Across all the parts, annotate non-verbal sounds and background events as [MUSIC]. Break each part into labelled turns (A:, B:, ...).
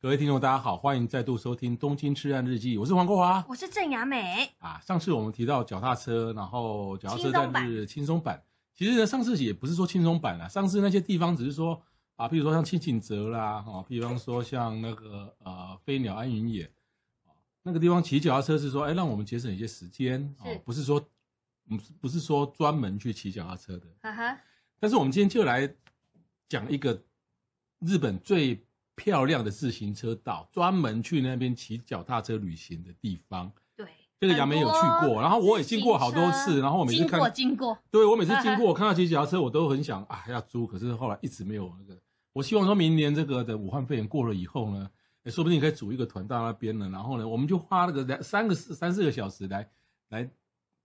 A: 各位听众，大家好，欢迎再度收听《东京痴汉日记》，我是黄国华。
B: 我是郑雅美，
A: 啊，上次我们提到脚踏车，然后脚踏车
B: 轻松
A: 在
B: 版
A: 日轻松版，其实呢，上次也不是说轻松版啦，上次那些地方只是说啊，譬如说像清景泽啦，哦，比方说像那个呃飞鸟安云野，哦那个地方骑脚踏车是说，哎，让我们节省一些时间，啊
B: 是
A: 不是说，嗯不是说专门去骑脚踏车的，
B: 哈哈，
A: 但是我们今天就来讲一个日本最漂亮的自行车道，专门去那边骑脚踏车旅行的地方。
B: 对，
A: 这个杨梅有去
B: 很
A: 过，
B: 多
A: 然后我也经过好多次，然后我每次
B: 经过
A: 看，
B: 经过，
A: 对我每次
B: [LAUGHS]
A: 经过，我看到骑脚踏车，我都很想啊要租，可是后来一直没有那个。我希望说明年这个的武汉肺炎过了以后呢，诶说不定可以组一个团到那边了，然后呢，我们就花那个两三个三四个小时来来，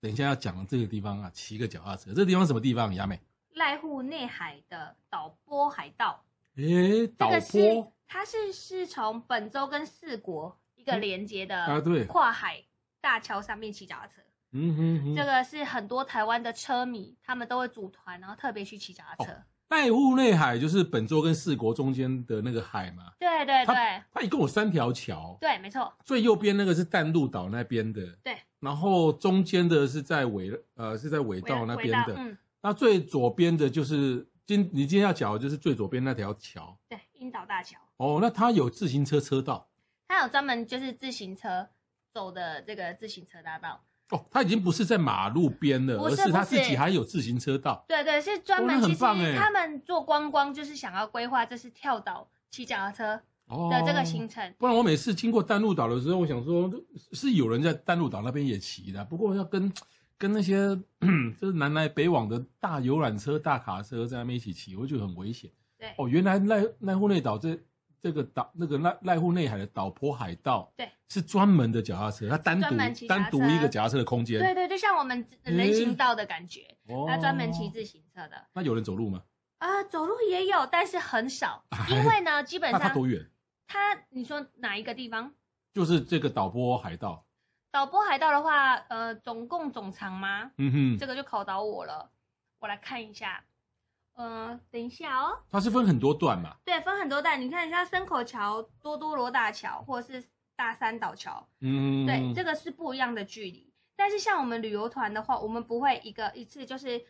A: 等一下要讲的这个地方啊，骑个脚踏车。这个地方什么地方？雅美？
B: 濑户内海的岛波海道，
A: 诶，
B: 这
A: 岛
B: 个
A: 坡
B: 是它是是从本州跟四国一个连接
A: 啊，
B: 的
A: 对，
B: 跨海大桥上面骑脚踏车，
A: 嗯哼哼。
B: 这个是很多台湾的车迷他们都会组团，然后特别去骑脚
A: 哦
B: 踏车，
A: 濑户内海就是本州跟四国中间的那个海嘛，
B: 对对对
A: 它一共有三条桥，
B: 对，没错，
A: 最右边那个是淡路岛那边的，
B: 对，
A: 然后中间的是在尾呃是在尾道那边的，
B: 嗯，
A: 那最左边的就是今你今天要讲的就是最左边那条桥
B: 对，樱岛大桥，
A: 哦，那它有自行车车道
B: 它有专门就是自行车走的这个自行车大道。
A: 哦，它已经不是在马路边了，
B: 不
A: 而
B: 是
A: 是它
B: 不是
A: 自己还有自行车道，
B: 对对，是专
A: 哦那
B: 门。
A: 很
B: 其实
A: 棒哎
B: 他们做观光就是想要规划这是跳岛骑脚踏车
A: 哦，
B: 的这个行程。
A: 不然我每次经过淡路岛的时候，我想说是有人在淡路岛那边也骑的，不过要跟跟那些 [CLEARS THROAT] 就是南来北往的大游览车、大卡车在那边一起骑，我觉得很危险。
B: 对
A: 哦，原来濑濑户内岛这这个岛那个濑濑户内海的岛坡海道，
B: 对，
A: 是专门的脚踏车，它单
B: 专门骑
A: 独
B: 脚踏
A: 单
B: 车
A: 独一个脚踏车的空间。
B: 对对，就像我们人行道的感觉，
A: 哦，
B: 它专门骑自行车的。
A: 那有人走路吗？
B: 啊、走路也有，但是很少，
A: 哎
B: 因为呢，基本
A: 那它
B: 上
A: 多远？
B: 它，你说哪一个地方？
A: 就是这个岛坡海道。
B: 岛波海道的话，呃，总共总长吗？
A: 嗯哼，
B: 这个就考倒我了，我来看一下。嗯、等一下哦。
A: 它是分很多段嘛。
B: 对，分很多段，你看像深口桥、多多罗大桥，或者是大三岛桥，
A: 嗯，
B: 对，这个是不一样的距离。但是像我们旅游团的话，我们不会一个一次就是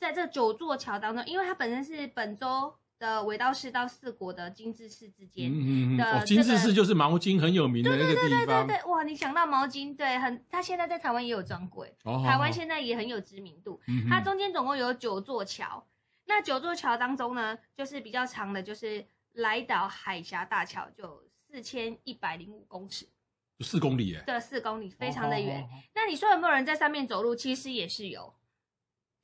B: 在这九座桥当中，因为它本身是本州的尾道市到四国的金治市之间。
A: 嗯嗯嗯，
B: 的
A: 哦，金
B: 这
A: 致
B: 个
A: 市就是毛巾很有名的那个地
B: 对
A: 方。
B: 对，哇，你想到毛巾，对，很，它现在在台湾也有专柜，
A: 哦嗯
B: 台湾现在也很有知名度。它中间总共有九座桥，那九座桥当中呢，就是比较长的，就是来岛海峡大桥，就四千一百零五公尺，
A: 四公里耶，
B: 这四公里非常的远。
A: 哦，
B: 那你说有没有人在上面走路？其实也是有，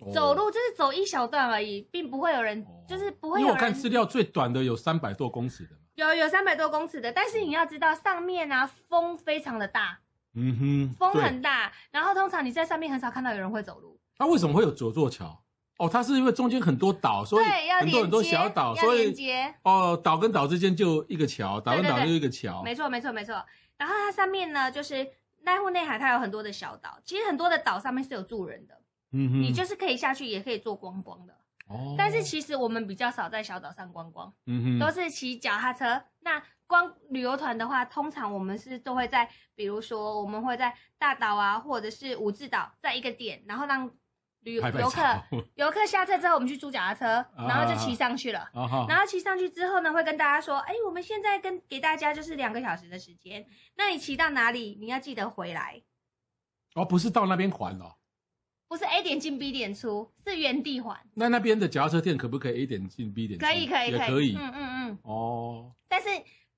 A: 哦哦
B: 走路就是走一小段而已，并不会有人，
A: 哦
B: 就是不会
A: 因为
B: 有
A: 我看资
B: 人。
A: 料最短的有三百多公尺的嘛。
B: 有有三百多公尺的，但是你要知道上面啊风非常的大，
A: 嗯哼，
B: 风
A: 对。
B: 很大，然后通常你在上面很少看到有人会走路。
A: 它为什么会有九座桥？哦，它是因为中间很多岛，所以
B: 对，要
A: 很多
B: 连
A: 很多
B: 接，
A: 小岛，
B: 要
A: 所
B: 连
A: 以
B: 接。
A: 哦，岛跟岛之间就一个桥，岛跟
B: 对对
A: 岛
B: 对
A: 就一个桥。
B: 没错，没错，没错。然后它上面呢，就是濑户内海，它有很多的小岛，其实很多的岛上面是有住人的，
A: 嗯哼，
B: 你就是可以下去，也可以做观光的。
A: 哦，
B: 但是其实我们比较少在小岛上观光，
A: 嗯
B: 都
A: 哼，
B: 是骑脚踏车。那光旅游团的话，通常我们是都会在，比如说我们会在大岛啊，或者是五字岛，在一个点，然后让旅游
A: 拍拍
B: 游客 [LAUGHS]
A: 照
B: 游客下车之后，我们去租脚踏车，然后就骑上去了。
A: 啊哈，
B: 然后骑上去之后呢，会跟大家说，哎，我们现在跟给大家就是两个小时的时间，那你骑到哪里，你要记得回来，
A: 哦，不是到那边还哦。
B: 不是 A 点进 B 点出，是原地还，
A: 那那边的脚踏车店可不可以 A 点进 B 点进？
B: 可以可以
A: 嗯也
B: 以，
A: 可以。
B: 嗯嗯嗯，
A: 哦，
B: 但是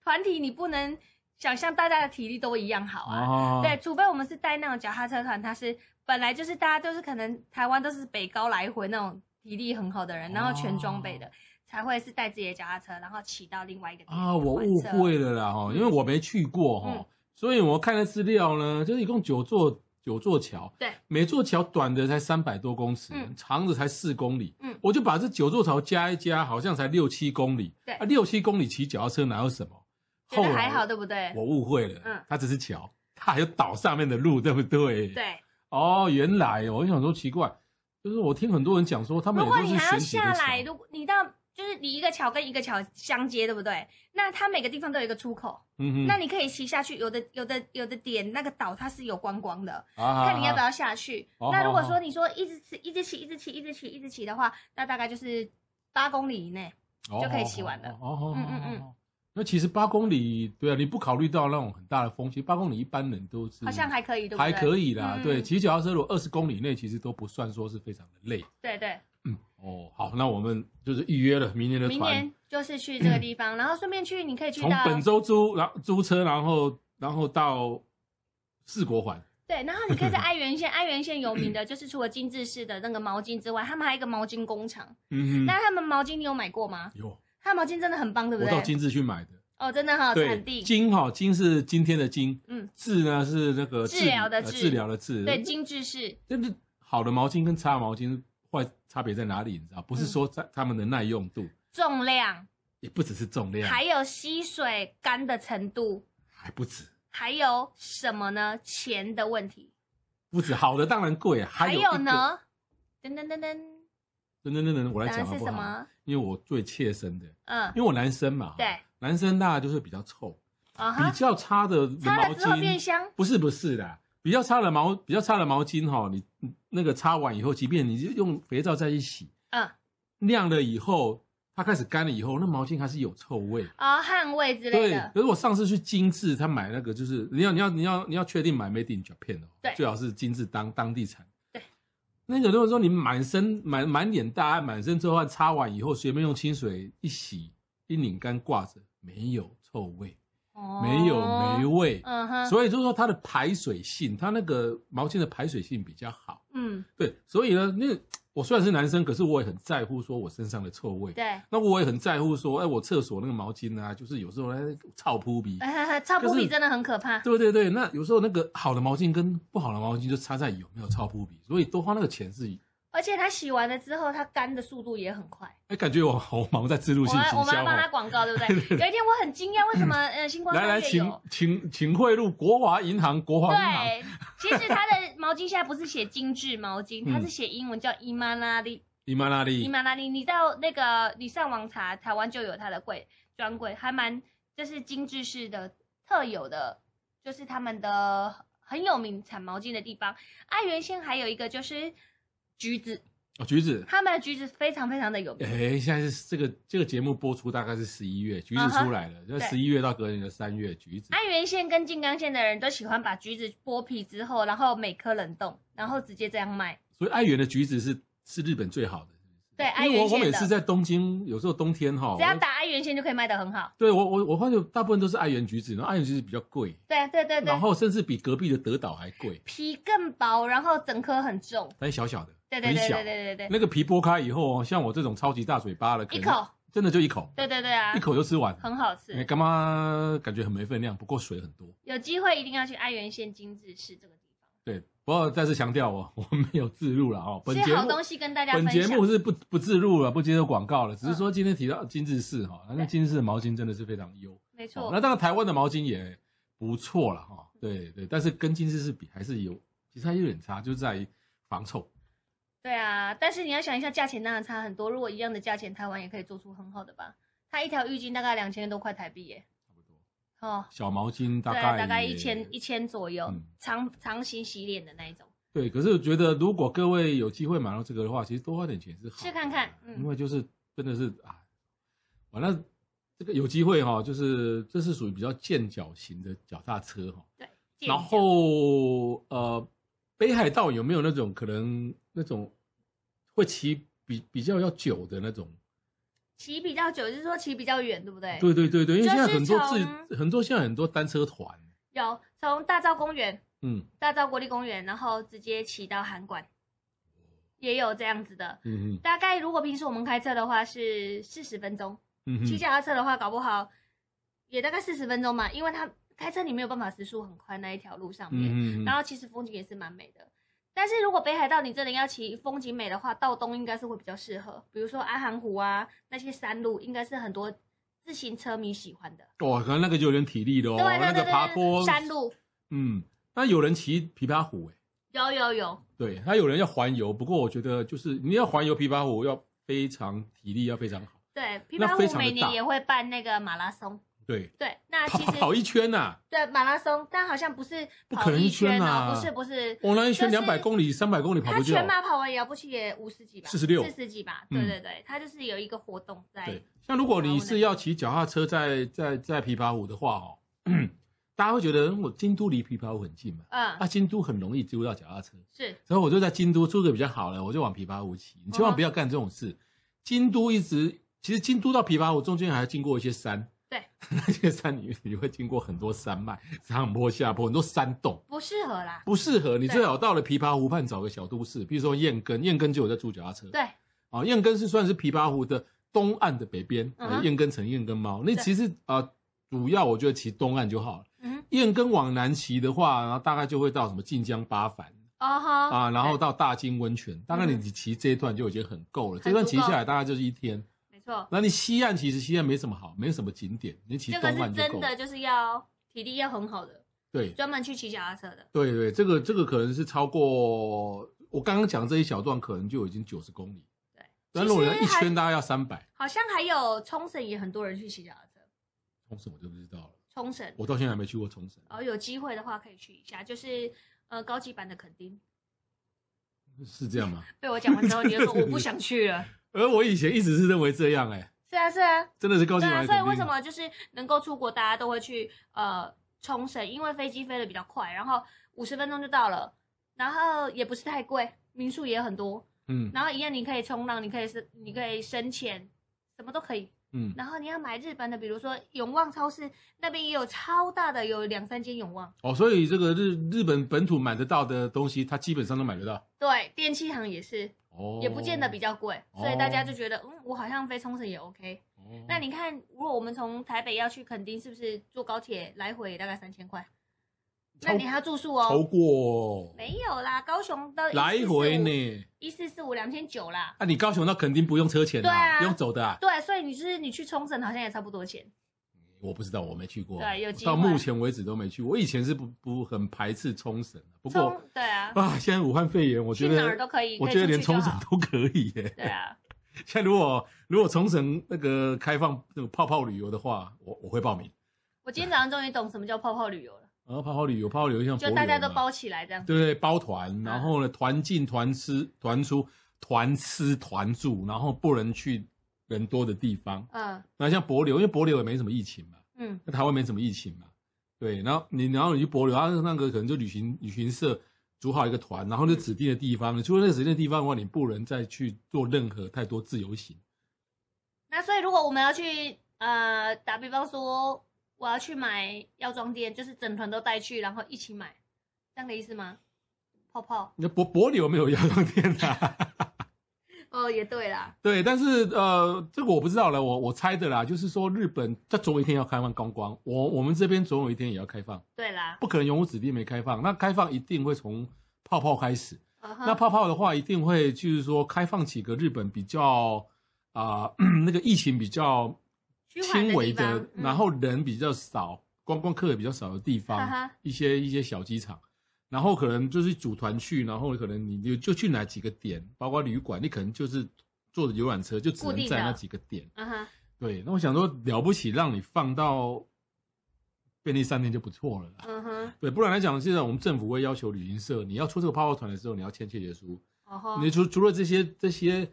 B: 团体你不能想象大家的体力都一样好啊，
A: 哦，
B: 对，除非我们是带那种脚踏车团，他是本来就是
A: 哦
B: 大家都是可能台湾都是北高来回那种体力很好的人，然后全装备的。才会是带自己的脚踏车，然后骑到另外一个地方
A: 啊，我
B: 还
A: 误
B: 车
A: 会了啦哈，因为我没去过哈，
B: 嗯
A: 所以我看了资料呢，就是一共九座九座桥，
B: 对，
A: 每座桥短的才三百多公尺，
B: 嗯
A: 长的才四公里，
B: 嗯
A: 我就把这九座桥加一加，好像才六七公里，
B: 对
A: 啊，六七公里骑脚踏车哪有什么？
B: 觉
A: 后
B: 得
A: 来
B: 还好，对不对？
A: 我误会了，
B: 嗯
A: 它只是桥，它还有岛上面的路，对不对？，
B: 对，
A: 哦，原来我想说奇怪，就是我听很多人讲说他们
B: 如
A: 也
B: 果
A: 都
B: 你
A: 是
B: 还要
A: 选几
B: 下
A: 个
B: 来，
A: 桥，
B: 如果你到就是你一个桥跟一个桥相接，对不对？那它每个地方都有一个出口，
A: 嗯
B: 那你可以骑下去。有的有的有的点那个岛它是有观光的，
A: 啊
B: 看你要不
A: 啊哦
B: 要下去。
A: 好
B: 那如果
A: 好
B: 说你说一直骑一直骑一直骑一直骑一直骑的话，那大概就是八公里以内。
A: 哦
B: 就可以骑完了
A: 哦哦哦，
B: 嗯
A: 嗯
B: 嗯
A: 嗯
B: 嗯
A: 嗯。那其实八公里，对啊，你不考虑到那种很大的风，其实八公里一般人都是
B: 好像还可以，对不对？
A: 嗯还可以啦。
B: 嗯
A: 对，骑脚踏车如果二十公里内，其实都不算说是非常的累。
B: 对对，
A: 哦，好，那我们就是预约了明年的
B: 明
A: 团，
B: 年就是去这个地方，然后顺便去，你可以去
A: 从
B: 到
A: 本州租，然后租车，然后然后到四国环。
B: 对，然后你可以在爱媛县，爱媛县有名的就是除了精致式的那个毛巾之外，他们还有一个毛巾工厂。
A: 嗯
B: 那
A: 哼，
B: 他们毛巾你有买过吗？
A: 有，
B: 他毛巾真的很棒，对不
A: 我到
B: 对？
A: 金字去买的。
B: 哦，真的哈、
A: 对
B: 产，地
A: 金哈金是今天的金，
B: 嗯，
A: 治呢是那个
B: 治疗的
A: 呃
B: 治
A: 治疗的治，
B: 对精致式，
A: 但是好的毛巾跟差的毛巾坏差别在哪里？你知道，不是
B: 嗯
A: 说在它们的耐用度，
B: 重量，
A: 也不只是重量，
B: 还有吸水干的程度，
A: 还不止，
B: 还有什么呢？钱的问题，
A: 不止好的当然贵啊，
B: 还
A: 有
B: 有
A: 一个，
B: 呢？噔噔噔噔，
A: 等等等等，我来
B: 答
A: 讲
B: 案
A: 好啊
B: 是
A: 不
B: 什
A: 好？
B: 么？
A: 因为我最切身的，
B: 嗯
A: 因，为我男生嘛，
B: 对，
A: 男生大概就是比较臭，
B: 啊
A: 比
B: 哈，
A: 较差的
B: 擦
A: 毛
B: 了之后
A: 巾，
B: 变香，
A: 不是不是啦。比较差的毛，比较差的毛巾哈、你你那个擦完以后，即便你就用肥皂再去洗，
B: 嗯，
A: 晾了以后，它开始干了以后，那毛巾还是有臭味。
B: 啊、汗味之类
A: 对
B: 的，，
A: 可是我上次去精致，他买那个就是你要你要你要你要确定买 Made in Japan 哦，
B: 对
A: 最好是精致当当地产。
B: 对，
A: 那有的人说你满身满满脸大汗，满身臭汗，擦完以后随便用清水一洗，一拧干挂着，没有臭味，
B: 哦
A: 没有霉味。
B: 嗯哼，
A: 所以就是说它的排水性，它那个毛巾的排水性比较好。
B: 嗯，
A: 对，所以呢，那我虽然是男生，可是我也很在乎说我身上的臭味。
B: 对，
A: 那我也很在乎说，哎，我厕所那个毛巾啊，就是有时候哎臭扑鼻，
B: 超哎扑
A: 就是
B: 鼻真的很可怕，
A: 对对对，那有时候那个好的毛巾跟不好的毛巾就差在有没有超扑鼻，所以多花那个钱是，
B: 而且它洗完了之后，它干的速度也很快。
A: 哎，感觉我 [LAUGHS] 好忙在自助
B: 我
A: 性
B: 们我
A: 行
B: 们
A: 销
B: 要帮他
A: 哦。
B: 广告，
A: [LAUGHS]
B: 对不对？有一天我很惊讶，为什么呃星光
A: 来来，
B: 三月
A: 请
B: 有？
A: 请请贿赂国华银行，国华银行，
B: 对，其实它的毛巾现在不是写精致毛巾，
A: [LAUGHS] 嗯
B: 它是写英文叫伊玛拉利，
A: 伊玛那
B: 伊
A: 里，
B: 玛拉利。你到那个你上网查，台湾就有它的柜专柜，还蛮就是精致式的特有的，就是他们的很有名产毛巾的地方。爱媛县还有一个就是橘子，
A: 哦，橘子。
B: 他们的橘子非常非常的有
A: [LAUGHS]
B: 名。
A: 哎，现在是这个这个节目播出大概是十一月，橘子
B: 嗯哼
A: 出来了，就
B: 对
A: 十一月到隔年的三月，橘子。
B: 安源县跟静冈县的人都喜欢把橘子剥皮之后，然后每颗冷冻，然后直接这样卖。
A: 所以爱媛的橘子是是日本最好的。
B: 对，安
A: 因为
B: 源
A: 我我
B: 县
A: 每
B: 的，
A: 次在东京，有时候冬天哈，
B: 只要
A: 我
B: 打安源县就可以卖得很好。
A: 对我我我发现大部分都是爱媛橘子，然后爱媛橘子比较贵，
B: 对啊对对对
A: 然，后甚至比隔壁的德岛还贵，
B: 皮更薄，然后整颗很重。
A: 它是小小的，
B: 对对
A: 很
B: 对
A: 小
B: 对对对对，
A: 那个皮剥开以后，哦像我这种超级大嘴巴的，可
B: 一
A: 能
B: 口，
A: 真的就一口，
B: 对对对啊
A: 一，口就吃完。
B: 很好
A: 哎，
B: 吃。
A: 干嘛感觉很没分量？不过水很多。
B: 有机会一定要去安源县精致市这个地
A: 对，不过再次强调哦，我没有自入了哦。本
B: 方，所以
A: 节
B: 好
A: 目
B: 东西跟大家分
A: 本节
B: 享。嗯
A: 目是不不自入了，不接受广告了，只是说今天提到精致式哈，那
B: 对
A: 精致式的毛巾真的是非常优。
B: 没
A: 哦
B: 错，
A: 那当然，台湾的毛巾也不错了哈、对对，但是跟金丝是比还是有，其实它有点差，就在于防臭。
B: 对啊，但是你要想一下，价钱当然差很多。如果一样的价钱，台湾也可以做出很好的吧？它一条浴巾大概两千多块台币耶。
A: 差不多，
B: 哦，
A: 小毛巾大
B: 对，
A: 概
B: 大概
A: 也
B: 一千一千左右，
A: 嗯
B: 长长型洗脸的那一种。
A: 对，可是我觉得如果各位有机会买到这个的话，其实多花点钱是好的。
B: 试看看嗯
A: 因为就是真的是啊，完了这个有机会哈、就是这是属于比较健脚型的脚踏车哈、
B: 健
A: 然
B: 脚
A: 后呃，北海道有没有那种可能那种会骑比比较要久的那种？
B: 骑比较久，就是说骑比较远，对不对？
A: 对对对对，因为
B: 就
A: 现在
B: 是
A: 很多
B: 从
A: 自很多现在很多单车团，
B: 有从大照公园、
A: 嗯，
B: 大照国立公园，然后直接骑到函馆，也有这样子的。
A: 嗯
B: 大概如果平时我们开车的话是四十分钟，
A: 嗯
B: 骑
A: 嗯
B: 脚踏车的话搞不好也大概四十分钟嘛，因为它开车你没有办法时速很快那一条路上面，
A: 嗯
B: 然后其实风景也是蛮美的。但是如果北海道你真的要骑风景美的话，道东应该是会比较适合，比如说阿寒湖啊那些山路，应该是很多自行车迷喜欢的。
A: 哦，可能那个就有点体力的哦，
B: 对对
A: 那
B: 对
A: 个
B: 对
A: 爬
B: 对
A: 坡，
B: 山路
A: 嗯，那有人骑琵琶湖哎，
B: 有有有，
A: 对，他有人要环游，不过我觉得就是你要环游琵琶湖要非常体力要非常好，
B: 对，琵
A: 那
B: 琶
A: 非
B: 湖
A: 常地
B: 每年
A: 大
B: 也会办那个马拉松。
A: 对，
B: 对，那
A: 跑 [LAUGHS]
B: 其实
A: 跑一圈呐、
B: 对马拉松，但好像不是
A: 不
B: 跑
A: 可能一
B: 一
A: 圈
B: 哦，
A: 啊
B: 不是不是，
A: 我那一圈
B: 就
A: 两
B: 是
A: 百公里、三百公里跑
B: 他
A: 不掉
B: 全。马跑完也要不起也五十几吧，
A: 46
B: 四十几吧，
A: 嗯
B: 对对对，他就是有一个活动在
A: 对，，像如果你是要骑脚踏车在在在琵琶湖的话哦， [CLEARS THROAT] 大家会觉得嗯我京都离琵琶湖很近嘛，
B: 嗯，
A: 啊，京都很容易租到脚踏车，
B: 是
A: 所以我就在京都住的比较好了，我就往琵琶湖骑。你千
B: 哦
A: 万不要干这种事。京都一直，其实京都到琵琶湖中间还经过一些山，
B: 对，
A: [LAUGHS] 那些山你你会经过很多山脉、上坡、下坡，很多山洞。
B: 不适合啦，
A: 不适合你
B: 对
A: 最好到了琵琶湖畔找个小都市，比如说燕根，燕根就有在租脚踏车。
B: 对，
A: 啊，燕根是算是琵琶湖的东岸的北边，
B: 嗯
A: 呃
B: 哼
A: 燕根城、燕根猫。那
B: 对
A: 其实啊、呃主要我觉得骑东岸就好了。
B: 嗯，
A: 燕根往南骑的话，然后大概就会到什么晋江八幡
B: 哦哈，
A: 啊，然后
B: 对
A: 到大金温泉。大概
B: 嗯
A: 你骑这一段就已经很够了，
B: 很
A: 这段
B: 足
A: 骑下
B: 够
A: 来大概就是一天。
B: 没错，
A: 那你西岸其实西岸没什么好，没什么景点，你骑
B: 这
A: 东
B: 个是
A: 岸就
B: 真
A: 够
B: 的
A: 了。
B: 就是要体力要很好的，
A: 对，
B: 专门去骑脚踏车的，
A: 对对，这个这个可能是超过我刚刚讲这一小段，可能就已经九十公里。
B: 对，
A: 但如果人一
B: 其实还
A: 圈大概要三百，
B: 好像还有冲绳也很多人去骑脚踏车，
A: 冲绳我就不知道了，
B: 冲绳，
A: 我到现在还没去过冲绳，
B: 哦，有机会的话可以去一下，就是呃高级版的垦丁。
A: 是这样
B: [LAUGHS]
A: 吗？
B: 被我讲完之后，你就说我不想去了。
A: 而我以前一直是认为这样、哎，
B: 是啊，是啊，
A: 真的是高级
B: 对
A: 版
B: 啊，
A: 的
B: 所以
A: 肯定。
B: 为什么就是能够出国，大家都会去呃冲绳，因为飞机飞得比较快，然后五十分钟就到了，然后也不是太贵，民宿也很多，
A: 嗯
B: 然后一样你可以冲浪，你可以是你可以深潜，什么都可以。
A: 嗯，
B: 然后你要买日本的，比如说永旺超市那边也有超大的，有两三间永旺，
A: 哦，所以这个日日本本土买得到的东西，它基本上都买得到。
B: 对，电器行也是，
A: 哦，
B: 也不见得比较贵，所以大家
A: 哦
B: 就觉得嗯，我好像飞冲绳也 OK。
A: 哦。
B: 那你看，如果我们从台北要去垦丁，是不是坐高铁来回也大概三千块？
A: 超
B: 那你还要住宿
A: 超
B: 哦？
A: 过
B: 没有啦，高雄到
A: 来回呢？
B: 一四四五两千九啦。
A: 啊，你高雄那肯定不用车钱
B: 对啊
A: 不用走的、啊。
B: 对，所以你就是你去冲绳好像也差不多钱。
A: 我不知道，我没去过。
B: 对有机会
A: 到目前为止都没去。我以前是不不很排斥冲绳的，不过
B: 冲对啊，
A: 啊，现在武汉肺炎，我觉
B: 去哪儿
A: 得
B: 都可以，
A: 我
B: 可以
A: 觉得
B: 出
A: 连
B: 去就
A: 冲绳
B: 好
A: 都可以耶。
B: 对啊，
A: 现在如果如果冲绳那个开放那个泡泡旅游的话，我我会报名。
B: 我今天早上终于懂什么叫泡泡
A: [LAUGHS]
B: 旅游了，
A: 然后泡泡旅游，泡泡旅游像
B: 就
A: 博
B: 大家
A: 流
B: 都
A: 嘛
B: 包嗯起来这样。
A: 对对包团，然后呢团进团吃团出团吃团住，然后不能去人多的地方。
B: 嗯
A: 那像博流，因为博流也没什么疫情嘛。
B: 嗯，
A: 那台湾没什么疫情嘛，对，然后你然后你去博流，他那个可能就旅行旅行社组好一个团，然后就指定的地方，你除了那个指定的地方的话，你不能再去做任何太多自由行。
B: 那所以如果我们要去呃，打比方说我要去买药妆店，就是整团都带去，然后一起买，这样的意思吗？泡泡。
A: 那博博流没有药妆店啊，
B: 哦，也对啦，
A: [LAUGHS] 对，但是呃，这个我不知道了，我我猜的啦，就是说日本它总有一天要开放观光，我我们这边总有一天也要开放，
B: 对啦，
A: 不可能永无止境没开放，那开放一定会从泡泡开始。
B: 嗯
A: 那
B: 哼，
A: 泡泡的话，一定会就是说开放几个日本比较啊、 [CLEARS THROAT] 那个疫情比较
B: 趋缓的地方
A: 轻微的，
B: 嗯
A: 然后人比较少，观光客也比较少的地方，
B: 哈哈
A: 一些一些小机场。然后可能就是组团去，然后可能你就就去哪几个点，包括旅馆，你可能就是坐着游览车，就只
B: 固
A: 能
B: 定
A: 在
B: 的
A: 那几个点。
B: 嗯哼，
A: 对，那我想说了不起，让你放到便利商店就不错了啦。
B: 嗯哼，
A: 对，不然来讲，现在我们政府会要求旅行社，你要出这个泡泡团的时候，你要签切结书，
B: 哦吼
A: 你，除除了这些这些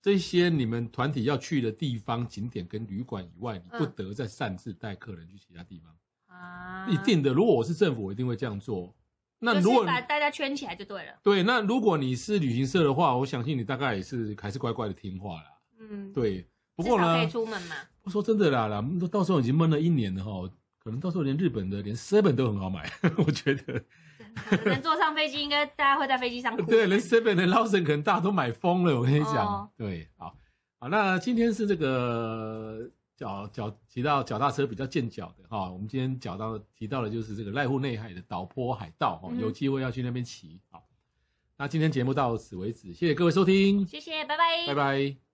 A: 这些你们团体要去的地方、景点跟旅馆以外，你
B: 嗯
A: 不得再擅自带客人去其他地方。
B: 啊
A: 一，定的，如果我是政府，我一定会这样做。那如
B: 就
A: 果
B: 是把大家圈起来就对了，
A: 对，那如果你是旅行社的话，我相信你大概也是还是乖乖的听话啦。
B: 嗯，，
A: 对，不
B: 不
A: 过
B: 可
A: 呢
B: 以，出门 [LAUGHS] 嘛，
A: 不说真的啦啦，都 [LAUGHS] 到时候已经闷了一年了哈，可能到时候连日本的连 seven 都很好买，我觉得
B: 可能坐上飞机，应该大家会在飞机上哭。
A: [LAUGHS] 对，连 Seven 连 Lawson 可能大家都买疯了，我跟你讲。
B: 哦
A: 对，好，好，那今天是这个脚脚提到脚踏车比较健脚的哈、我们今天讲到提到的就是这个濑户内海的岛坡海盗哦，
B: 嗯
A: 有机会要去那边骑。好，那今天节目到此为止，谢谢各位收听，
B: 谢谢，拜拜，
A: 拜拜